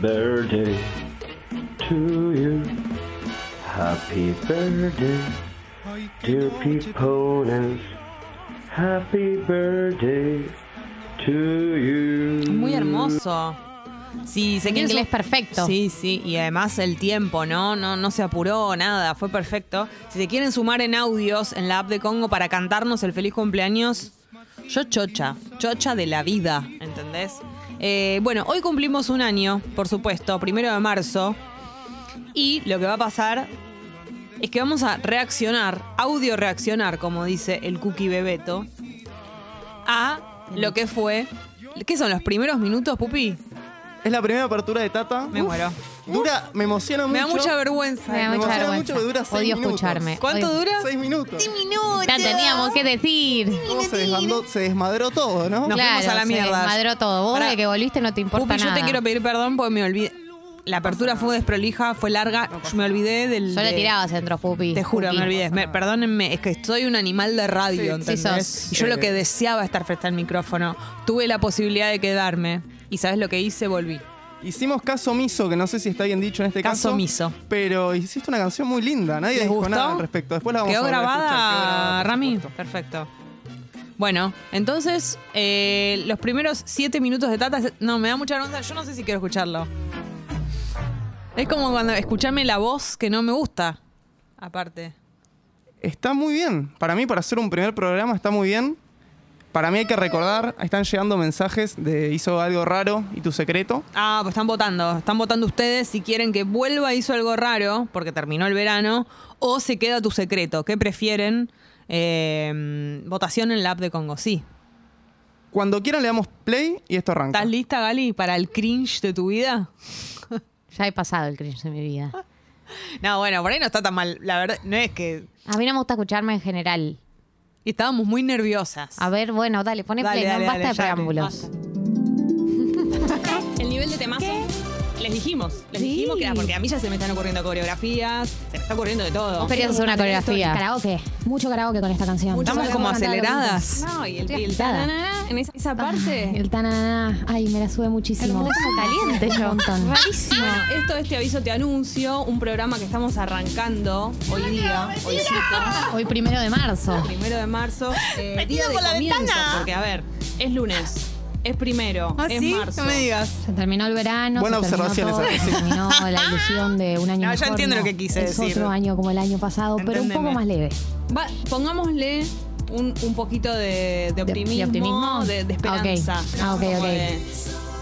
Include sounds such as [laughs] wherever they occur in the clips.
birthday to you. Happy birthday, dear people. Happy birthday to you. Muy hermoso. Sí, se En quiere inglés su- perfecto. Sí, sí, y además el tiempo, ¿no? No, no se apuró, nada, fue perfecto. Si se quieren sumar en audios en la app de Congo para cantarnos el feliz cumpleaños, yo chocha, chocha de la vida, ¿entendés? Eh, bueno, hoy cumplimos un año, por supuesto, primero de marzo, y lo que va a pasar es que vamos a reaccionar, audio reaccionar, como dice el cookie Bebeto, a lo que fue... ¿Qué son los primeros minutos, Pupi? Es la primera apertura de Tata. Me Uf, muero. Dura, me emociona mucho. Me da mucha vergüenza. Me da Me mucha emociona vergüenza. mucho que dura seis Odio minutos. escucharme. ¿Cuánto Odio- dura? Seis minutos. Ya teníamos que decir. ¿Cómo se desbandó? Se desmadró todo, ¿no? No. Nos fuimos a la mierda. Se desmadró todo. Vos Pará. de que volviste no te importa Pupi, yo nada. te quiero pedir perdón porque me olvidé. La apertura fue desprolija, fue larga. yo me olvidé del. Yo de- le tiraba centros, Pupi. Te juro, Pupi. me olvidé. Me- perdónenme, es que soy un animal de radio, Sí, sí ¿entendés? sos. Y yo lo que deseaba estar frente al micrófono. Tuve la posibilidad de quedarme. Y ¿sabes lo que hice? Volví. Hicimos caso omiso, que no sé si está bien dicho en este Caso caso. omiso. Pero hiciste una canción muy linda. Nadie ¿Les dijo gustó? nada al respecto. Después la vamos ¿Quedó a volver a grabada, escuchar. Quedó grabada, por Rami? supuesto. Perfecto. Bueno, entonces, eh, los primeros siete minutos de Tata. No, me da mucha vergüenza. Yo no sé si quiero escucharlo. Es como cuando escucharme la voz que no me gusta. Aparte. Está muy bien. Para mí, para hacer un primer programa, está muy bien. Para mí hay que recordar, están llegando mensajes de hizo algo raro y tu secreto. Ah, pues están votando. Están votando ustedes si quieren que vuelva hizo algo raro, porque terminó el verano, o se queda tu secreto. ¿Qué prefieren? Eh, votación en la app de Congo. Sí. Cuando quieran le damos play y esto arranca. ¿Estás lista, Gali, para el cringe de tu vida? Ya he pasado el cringe de mi vida. No, bueno, por ahí no está tan mal. La verdad, no es que. A mí no me gusta escucharme en general. y Estábamos muy nerviosas. A ver, bueno, dale, poné Dale, play. dale, no, basta dale, de ya, preámbulos. [laughs] El nivel de temazo. Les dijimos, les Sí. dijimos que era porque a mí ya se me están ocurriendo coreografías, se me está ocurriendo de todo. Vos querías hacer una coreografía. Karaoke. Mucho karaoke con esta canción. Estamos como aceleradas. No, y y el, el- y el en esa, Ay, Ah, el tanana. Ay, me la sube muchísimo. [laughs] caliente Un montón. Ah, Rarísimo. Bueno, esto este aviso te anuncio, un programa que estamos arrancando hoy día, hoycito, Hoy primero de marzo. primero de marzo, eh, día de comienzo, porque a ver, es lunes, es primero, es marzo. digas. Se terminó el verano. Buena se terminó observación todo, esa, sí. Se terminó la ilusión de un año No, ya mejor, entiendo lo que quise es decir. otro año como el año pasado, pero un Entendeme. poco más leve. Va, pongámosle un, un poquito de, de optimismo, de, de optimismo? de, Ah, ok. esperanza. Ah, ok, Como ok. de-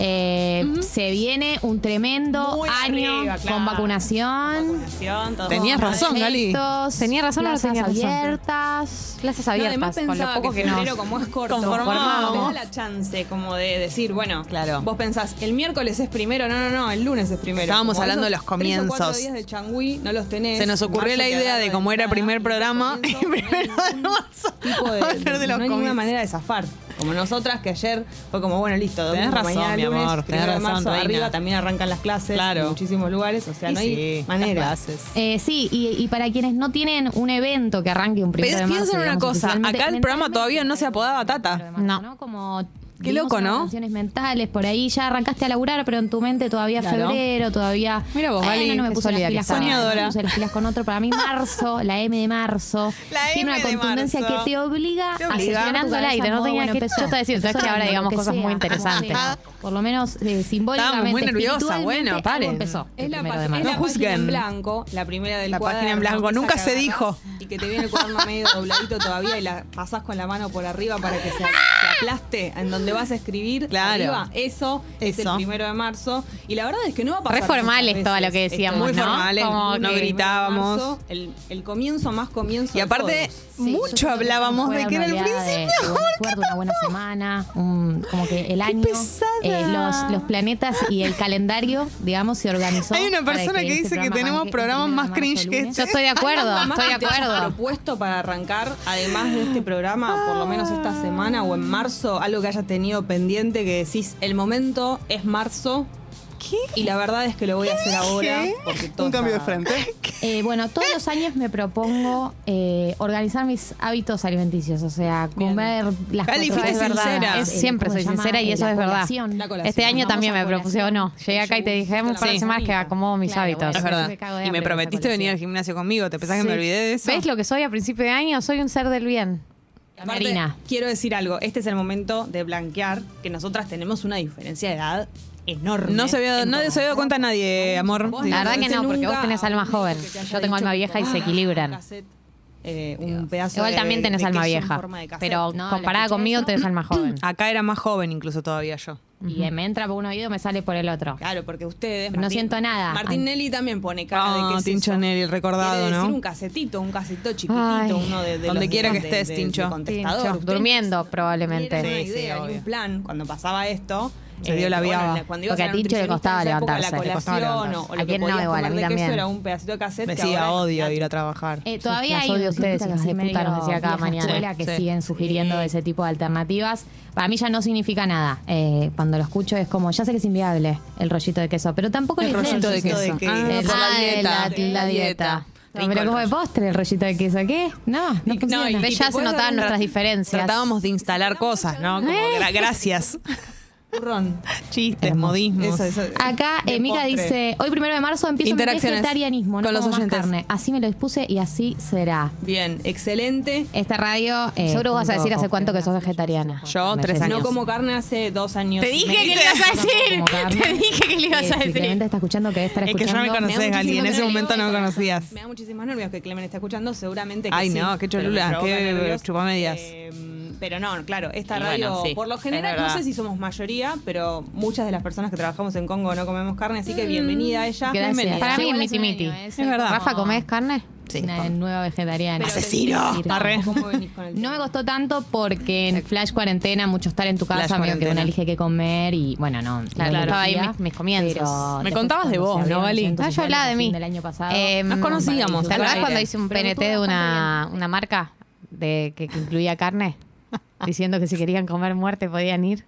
Eh, Se viene un tremendo Muy año arriba, claro. con vacunación. Vacunación, todo. Tenías razón, Gali. Gali. Tenía razón o no plazas tenía razón. abiertas. Plazas No, además abiertas, con lo pensaba poco que que, nos- febrero, como es corto, conformamos. te da la chance como de decir, bueno, Claro. vos pensás, el miércoles es primero, no, no, no, el lunes es primero. Estábamos Como hablando de esos los tres o cuatro comienzos. días de changüí, no los tenés. Se nos ocurrió Marzo la te idea agarra de cómo era entrada, primer y programa [laughs] comienzo, y [laughs] primero no hay de marzo. Tipo [laughs] de, [laughs] hablar de los no hay ninguna comienzos. manera de zafar. Como nosotras que ayer fue como, bueno, listo, domingo, Tenés razón, mañana, mi lunes, amor, tenés primero de razón, marzo, reina. arriba también arrancan las clases Claro. en muchísimos lugares, o sea, no hay manera. Eh, sí, y, y para quienes no tienen un evento que arranque un primero de marzo. Piensen una digamos, cosa, oficialmente- acá el programa todavía no se apodaba Tata. Pero de marzo, ¿no? Como Qué vivimos loco, unas ¿no? Canciones mentales, por ahí ya arrancaste a laburar, pero en tu mente todavía Claro. febrero, todavía. Mira vos, Ay, Gali, no, no me qué puse las sólida pilas que con, sos. no me puse las pilas con otro. Para mí, marzo, la M de marzo, [laughs] La tiene M una de contundencia marzo. que te obliga, Te a obliga. seleccionar tu Llenando el aire, cabeza, no modo, tenía que- yo te decía, empezó que ahora año, digamos lo que cosas muy sea, interesantes. como Ah. sea. Por lo menos eh, simbólicamente. Estábamos muy nerviosas, bueno, espiritualmente, paren. algo empezó. Es el la, primero pa- de es marzo. la página No en juzguen. blanco, la primera del La cuaderno. página en blanco, esa nunca que se agarrás dijo. Y que te viene el cuaderno medio dobladito todavía y la pasás con la mano por arriba para que se, se aplaste en donde vas a escribir. Claro. Arriba. Eso, es el Eso. primero de marzo. Y la verdad es que no va a pasar. Re formales muchas todo lo veces que decíamos, Muy ¿no? formales, Como no que- gritar. gritábamos. gritábamos. el, el comienzo más comienzo. Y de aparte, todos. Sí, yo mucho siento hablábamos que de fue que era el una oleada de- principio. de buen [laughs] acuerdo, eh, una buena semana, un- como que el año, eh, pesada. los, los planetas y el calendario, digamos, se organizó. Hay una para persona que este dice que programa tenemos arranque el primero programas de más marzo, cringe que este. lunes. Yo estoy [laughs] de acuerdo, Nada más estoy de que te hayas acuerdo. propuesto para arrancar, además de este programa, por lo menos esta semana o en marzo, algo que hayas tenido pendiente que decís, el momento es marzo? Y la verdad es que lo voy a hacer ahora. Porque todo Un cambio de está- [laughs] frente. Eh, bueno, todos los años me propongo eh, organizar mis hábitos alimenticios, o sea, comer las Cali, cosas fuiste es verdad, sincera. el- Es- siempre ¿cómo soy se llama? sincera y Eh, eso la es verdad. colación. La colación. Este año Vamos también a me proporcionó. colación. Llegué acá y te dije, un par de Sí. semanas que acomodo mis Claro, hábitos. bueno, Es me cago de verdad. Y hambre me con prometiste esa venir al colección. gimnasio conmigo. ¿Te pensás que me olvidé de eso? ¿Ves lo que soy a principio de año? Soy un ser del bien. La Aparte, Marina. Quiero decir algo. Este es el momento de blanquear que nosotras tenemos una diferencia de edad enorme. No se había- En no todo. se había dado cuenta nadie, amor. Vos La no verdad que conoces no, porque nunca vos tenés a alma un joven. chico que te Yo haya tengo alma dicho, vieja y se "Pará, equilibran". cassette, eh, un pedazo Igual de- también tenés de alma queso en vieja. forma de cassette. Pero No, la comparada escuché conmigo eso. tenés [clears throat] alma joven. Acá era más joven incluso todavía yo. Y me entra por un oído y me sale por el otro. Claro, porque ustedes. No siento nada. Martín Ay. Nelly también pone cara de Ah, que es Tincho eso. Nelly, el Quiere recordado, decir ¿no? un casetito, un casetito chiquitito, Ay. uno de, de Donde los quiera de- que estés, de- de Tincho. contestador. Tincho, Ustedes durmiendo, no tenían probablemente. una Sí, idea, sí, ni un obvio. plan cuando pasaba esto. Se dio eh, la bueno, viaba. la- cuando ibas Porque a la Tincho le costaba nutricionista, en esa época, levantarse, le La costaba colación levantarse. o ¿A lo que quién no? podías Igual, a comer mí de queso también. era un pedacito de cassette. Me que decía, ahora- odio ir a trabajar. Eh, todavía las hay odio a unos ustedes, científicos hijas así de puta, medio las decía cada vieja mañana. escuela que Sí. siguen sugiriendo Sí. ese tipo de alternativas. Para mí ya no significa nada. Eh, cuando lo escucho es como, ya sé que es inviable el rollito de queso, pero tampoco El le rollito de invento. queso. queso. Ah, Eh, por la ah, dieta. la- la dieta. No, pero como de postre el rollito de queso, ¿qué? No, no funciona. y- ya se notaban nuestras diferencias. Tratábamos de instalar cosas, ¿no? Como gra- gracias. Turrón. Chistes, Hermoso. modismos. Eso, eso. Acá De eh, Mica postre. dice, hoy primero de marzo empiezo mi Interacciones vegetarianismo, no con los como más oyentes. carne. Así me lo dispuse y así será. Bien, excelente. Esta radio... eh, Seguro vas a junto decir hace con- cuánto que sos vegetariana. Yo, Me tres lleno. No años. como carne hace dos años. Te y dije medio. que le ibas a Como carne. decir. Te dije que le ibas a Eh, si decir. Clemente está escuchando, que debe estar Es que escuchando. ya me Me conocés, da Gali. En muchísimo ese nervio momento no me eso. conocías. Me da muchísimas nervios que Clemen está escuchando, seguramente que Ay, sí, no, qué pero me cholula, provoca qué nervios. chupamedias. Eh, pero no, claro, esta Y radio, bueno, sí, por lo es general, no verdad. sé si somos mayoría, pero muchas de las personas que trabajamos en Congo no comemos carne, así que bienvenida a ella. Gracias. Bienvenida. Para mí, Igual miti es un año, miti. ¿eh? Es Soy verdad. como- ¿Rafa, comés carne? Sí, una nueva vegetariana. Pero te- ¡Asesino! te- te- Arre. ¿Cómo venís con el No me costó tanto porque en Flash Cuarentena, mucho estar en tu Flash casa, medio que uno cuarentena. elige qué comer y bueno, no. no Claro, lo estaba ahí elegía, mis- mis comienzos. pero Me después contabas de cuando vos, se abrieron ¿no, Gali? los No, Ah, yo hablaba 150 de mí. Del año pasado. Eh, Nos conocíamos, Bariloche. ¿Te acordás Claro. cuando hice un Pero PNT estuvo de bastante una, una marca de, que, que [laughs] incluía carne? Diciendo que si querían comer muerte podían ir.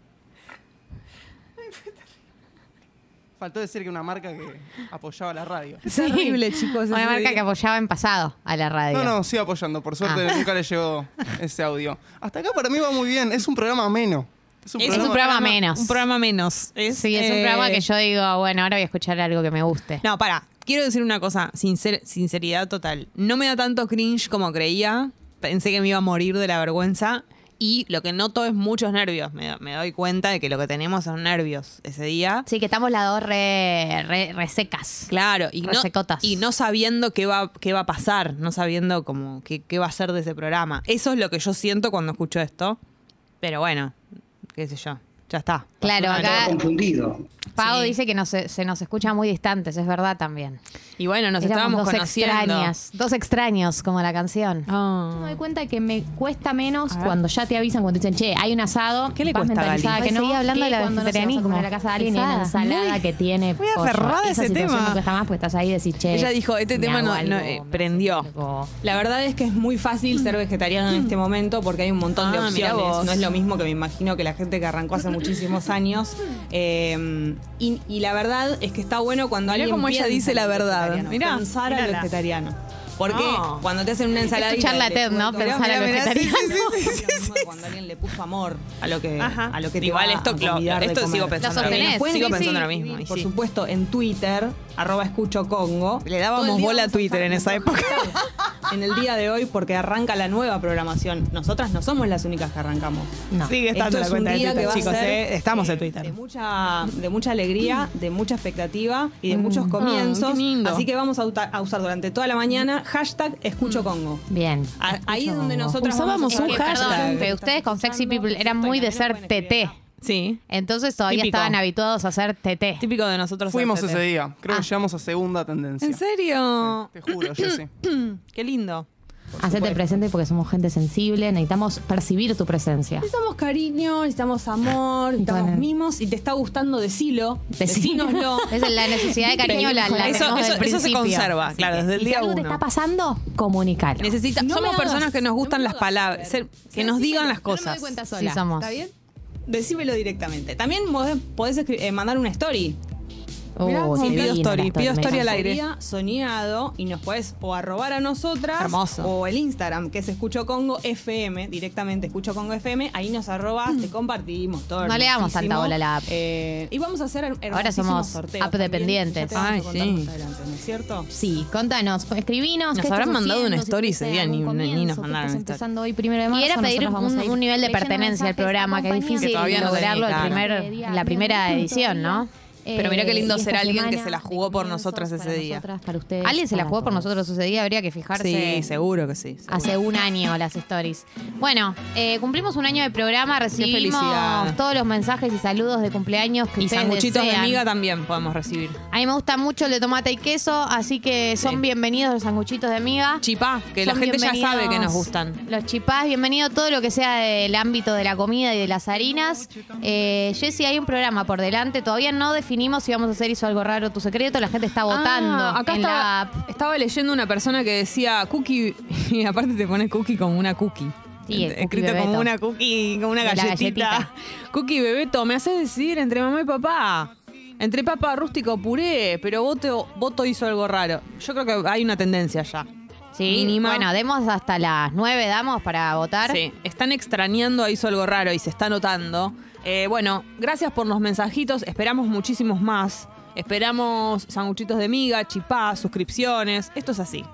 Faltó decir que una marca [laughs] que apoyaba la radio. Terrible, chicos. Una ese marca día. que apoyaba en pasado a la radio. No, no, sigo apoyando. Por suerte nunca le llegó ese audio. Hasta acá para mí va muy bien. Es un programa ameno. Es un Es un programa menos. Un programa menos. Es, Sí, es un eh, programa que yo digo, bueno, ahora voy a escuchar algo que me guste. No, para. Quiero decir una cosa, sincer- sinceridad total. No me da tanto cringe como creía. Pensé que me iba a morir de la vergüenza. Y lo que noto es muchos nervios. Me, me doy cuenta de que lo que tenemos son nervios ese día. Sí, que estamos las dos re, re- re secas. Claro, y no, Resecotas. y no sabiendo qué va, qué va a pasar, no sabiendo cómo, qué, qué va a ser de ese programa. Eso es lo que yo siento cuando escucho esto. Pero bueno, qué sé yo, ya está. Claro, acá Confundido. Pau dice que nos- se nos escucha muy distantes, es verdad también. Y bueno, nos Éramos estábamos dos conociendo. extrañas, dos extraños como la canción. Yo Ah. me doy cuenta que me cuesta menos cuando ya te avisan, cuando dicen, che, hay un asado. ¿Qué le vas cuesta a Gali? Pues mentalizada Hoy Que no, seguí hablando que de la cuando, no sé, vas a vegetarianismo. comer a la casa de alguien y hay una Pesada. ensalada Muy- que tiene muy pollo. aferrada a Esa ese situación tema. No cuesta más, pues estás ahí y decís, Eh, che. Ella dijo, este me tema hago no- no, algo, eh, me prendió. hace algo. La verdad es que es muy fácil ser vegetariano en este momento porque hay un montón de Ah, mirá opciones. vos. No es lo mismo que me imagino que la gente que arrancó hace muchísimos años. Eh, y, y la verdad es que está bueno cuando Mirá alguien. cómo ella piensa dice en la el verdad. vegetariano, Mirá, Pensar al mírala. vegetariano. Porque No. cuando te hacen una ensalada. tu charla TED, ¿no? Pensar al vegetariano. Cuando alguien le puso amor a lo que, Ajá. a lo que te Igual va esto, a lo- convidar de esto comer. sigo pensando Lo lo mismo. sostenés, Sigo sí, pensando sí. lo mismo. y Por sí. supuesto, en Twitter, arroba escucho Congo. Le dábamos Todo el día bola a vamos Twitter en estar esa época. En el día de hoy, porque arranca la nueva programación. Nosotras no somos las únicas que arrancamos. No. Sigue estando Esto es la un cuenta de día que Twitter, va a chicos. ser, este, eh. Estamos en De Twitter. mucha, Mm. Ah, de mucha alegría, de mucha expectativa y de muchos comienzos. qué lindo. Así que vamos a, uta- a usar durante toda la mañana hashtag escucho Congo. Bien. A- ahí es donde nosotros Usábamos vamos a un Eh, buscar- Perdón, hashtag. pero ustedes con Sexy People eran muy de ser TT. Sí. Entonces todavía Típico. estaban habituados a ser TT. Típico de nosotros. Fuimos RTT. ese día. Creo que llegamos a segunda tendencia. Ah. ¿En serio? Te [clears throat] juro, Jessy. Qué lindo. Hacete presente porque somos gente sensible, necesitamos percibir tu presencia. Necesitamos cariño, necesitamos amor, necesitamos Bueno. mimos. Y te está gustando, decilo. Decilo. Decínoslo. Es la necesidad de cariño la, la eso, tenemos eso- desde el eso se principio. conserva, claro, desde el Si día algo te uno. está pasando, comunicalo. Necesita- No me somos hagas- personas que nos no me gustan las hagas palabras, saber. ser- que nos digan las cosas. Sí, somos. Decímelo directamente. También vos podés escri- eh, mandar una story. Mirá, Uh, sí, divino pido las story, pido tormentas. story al Hermoso. aire. Soñía, soñado y nos puedes o arrobar a nosotras Hermoso. o el Instagram que es Escucho Congo FM directamente Escucho Congo FM ahí nos arrobas te compartimos todo No le damos hermosísimo. tanta bola a la app. Eh, y vamos a hacer her- Ahora somos hermosísimos sorteos app también, dependientes. que ya te vamos a Ay, contar sí. más adelante, ¿no es cierto? Sí, contanos, escribinos. Nos qué habrán estás mandado haciendo, una si story tuviste ese día, algún ni- ni- ni nos comienzo, qué mandaron estás una story. empezando hoy primero de marzo. Y era pedir nosotros vamos un, a ir un nivel de leyendo pertenencia al mensajes, programa, que es acompañando. difícil todavía no lograrlo tenía, el claro. primer- la primera edición, ¿no? Eh, Pero mirá qué lindo y esta ser alguien que semana se la de jugó por comienzos nosotras para ese día. nosotras, para ustedes, Alguien se la para jugó por todos. nosotros ese día, habría que fijarse. Sí, seguro que sí. seguro. Hace un año las stories. Bueno, eh, cumplimos un año de programa, recibimos felicidad. todos los mensajes y saludos de cumpleaños que Y ustedes sanguchitos de desean. miga también podemos recibir. A mí me gusta mucho el de tomate y queso, así que son Sí. bienvenidos los sanguchitos de miga. Chipá, que la Son gente ya sabe que nos bienvenidos gustan. Los chipás, bienvenido todo lo que sea del ámbito de la comida y de las harinas. Eh, Jessy, hay un programa por delante. Todavía no definimos si vamos a hacer Hizo Algo Raro Tu Secreto. La gente está votando Ah, acá en estaba, la app. estaba leyendo una persona que decía cookie, [laughs] y aparte te pone cookie como una cookie. Sí, el cookie Escrito como Bebeto. una cookie, como una De la galletita. galletita. [laughs] Cookie Bebeto, me haces decidir entre mamá y papá. Entre papa rústica o puré, pero voto, voto hizo algo raro. Yo creo que hay una tendencia ya. Sí, Mínima. bueno, demos hasta las 9, damos para votar. Sí, están extrañando a Hizo Algo Raro y se está notando. Eh, bueno, gracias por los mensajitos. Esperamos muchísimos más. Esperamos sanguchitos de miga, chipá, suscripciones. Esto es así.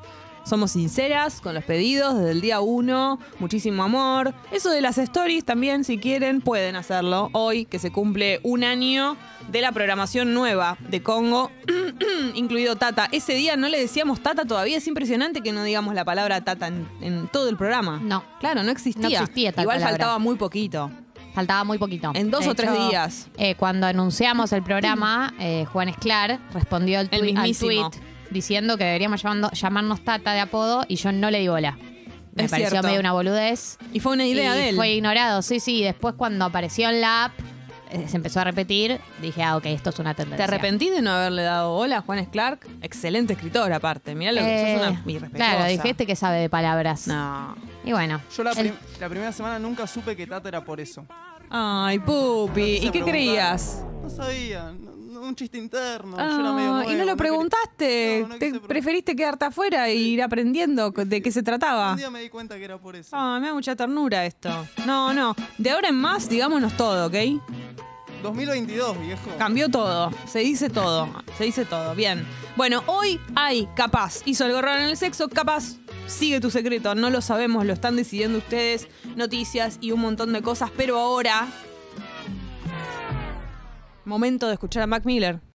Somos sinceras con los pedidos desde el día uno. Muchísimo amor. Eso de las stories también, si quieren, pueden hacerlo. Hoy que se cumple un año de la programación nueva de Congo, [clears throat] incluido Tata. Ese día no le decíamos Tata todavía. Es impresionante que no digamos la palabra Tata en, en todo el programa. No. Claro, no existía. No existía tal Igual palabra. faltaba muy poquito. Faltaba muy poquito. En dos De o tres días. eh, cuando anunciamos el programa, eh, Juan Esclar respondió al, El tui- al mismísimo. tweet diciendo que deberíamos llamando- llamarnos Tata de apodo y yo no le di bola. Me Es pareció cierto. medio una boludez. Y fue una idea y de él. Fue ignorado, sí, sí. Y Después cuando apareció en la app, eh, se empezó a repetir. Dije, ah, ok, esto es una ¿Te tendencia. arrepentís de no haberle dado bola a Juanes Clark? Excelente escritor, aparte. Mirá lo que Eh, sos una irrespetuosa. Claro, dije este que sabe de palabras. No. Y bueno. Yo la, el- prim- la primera semana nunca supe que Tata era por eso. Ay, Pupi. ¿Y Quise qué preguntar. creías? No sabía, no- no, un chiste interno. yo era medio Ah, y nuevo, no lo quería- preguntaste. No, no Te quise preguntar. preferiste quedarte afuera e ir aprendiendo co- de qué se trataba. Un día me di cuenta que era por eso. Ah, me da mucha ternura esto. No, no. De ahora en más, digámonos todo, ¿ok? 2022, viejo. Cambió todo, se dice todo, se dice todo, bien. Bueno, hoy hay capaz, hizo algo raro en el sexo, capaz, sigue tu secreto, no lo sabemos, lo están decidiendo ustedes, noticias y un montón de cosas, pero ahora... Momento de escuchar a Mac Miller.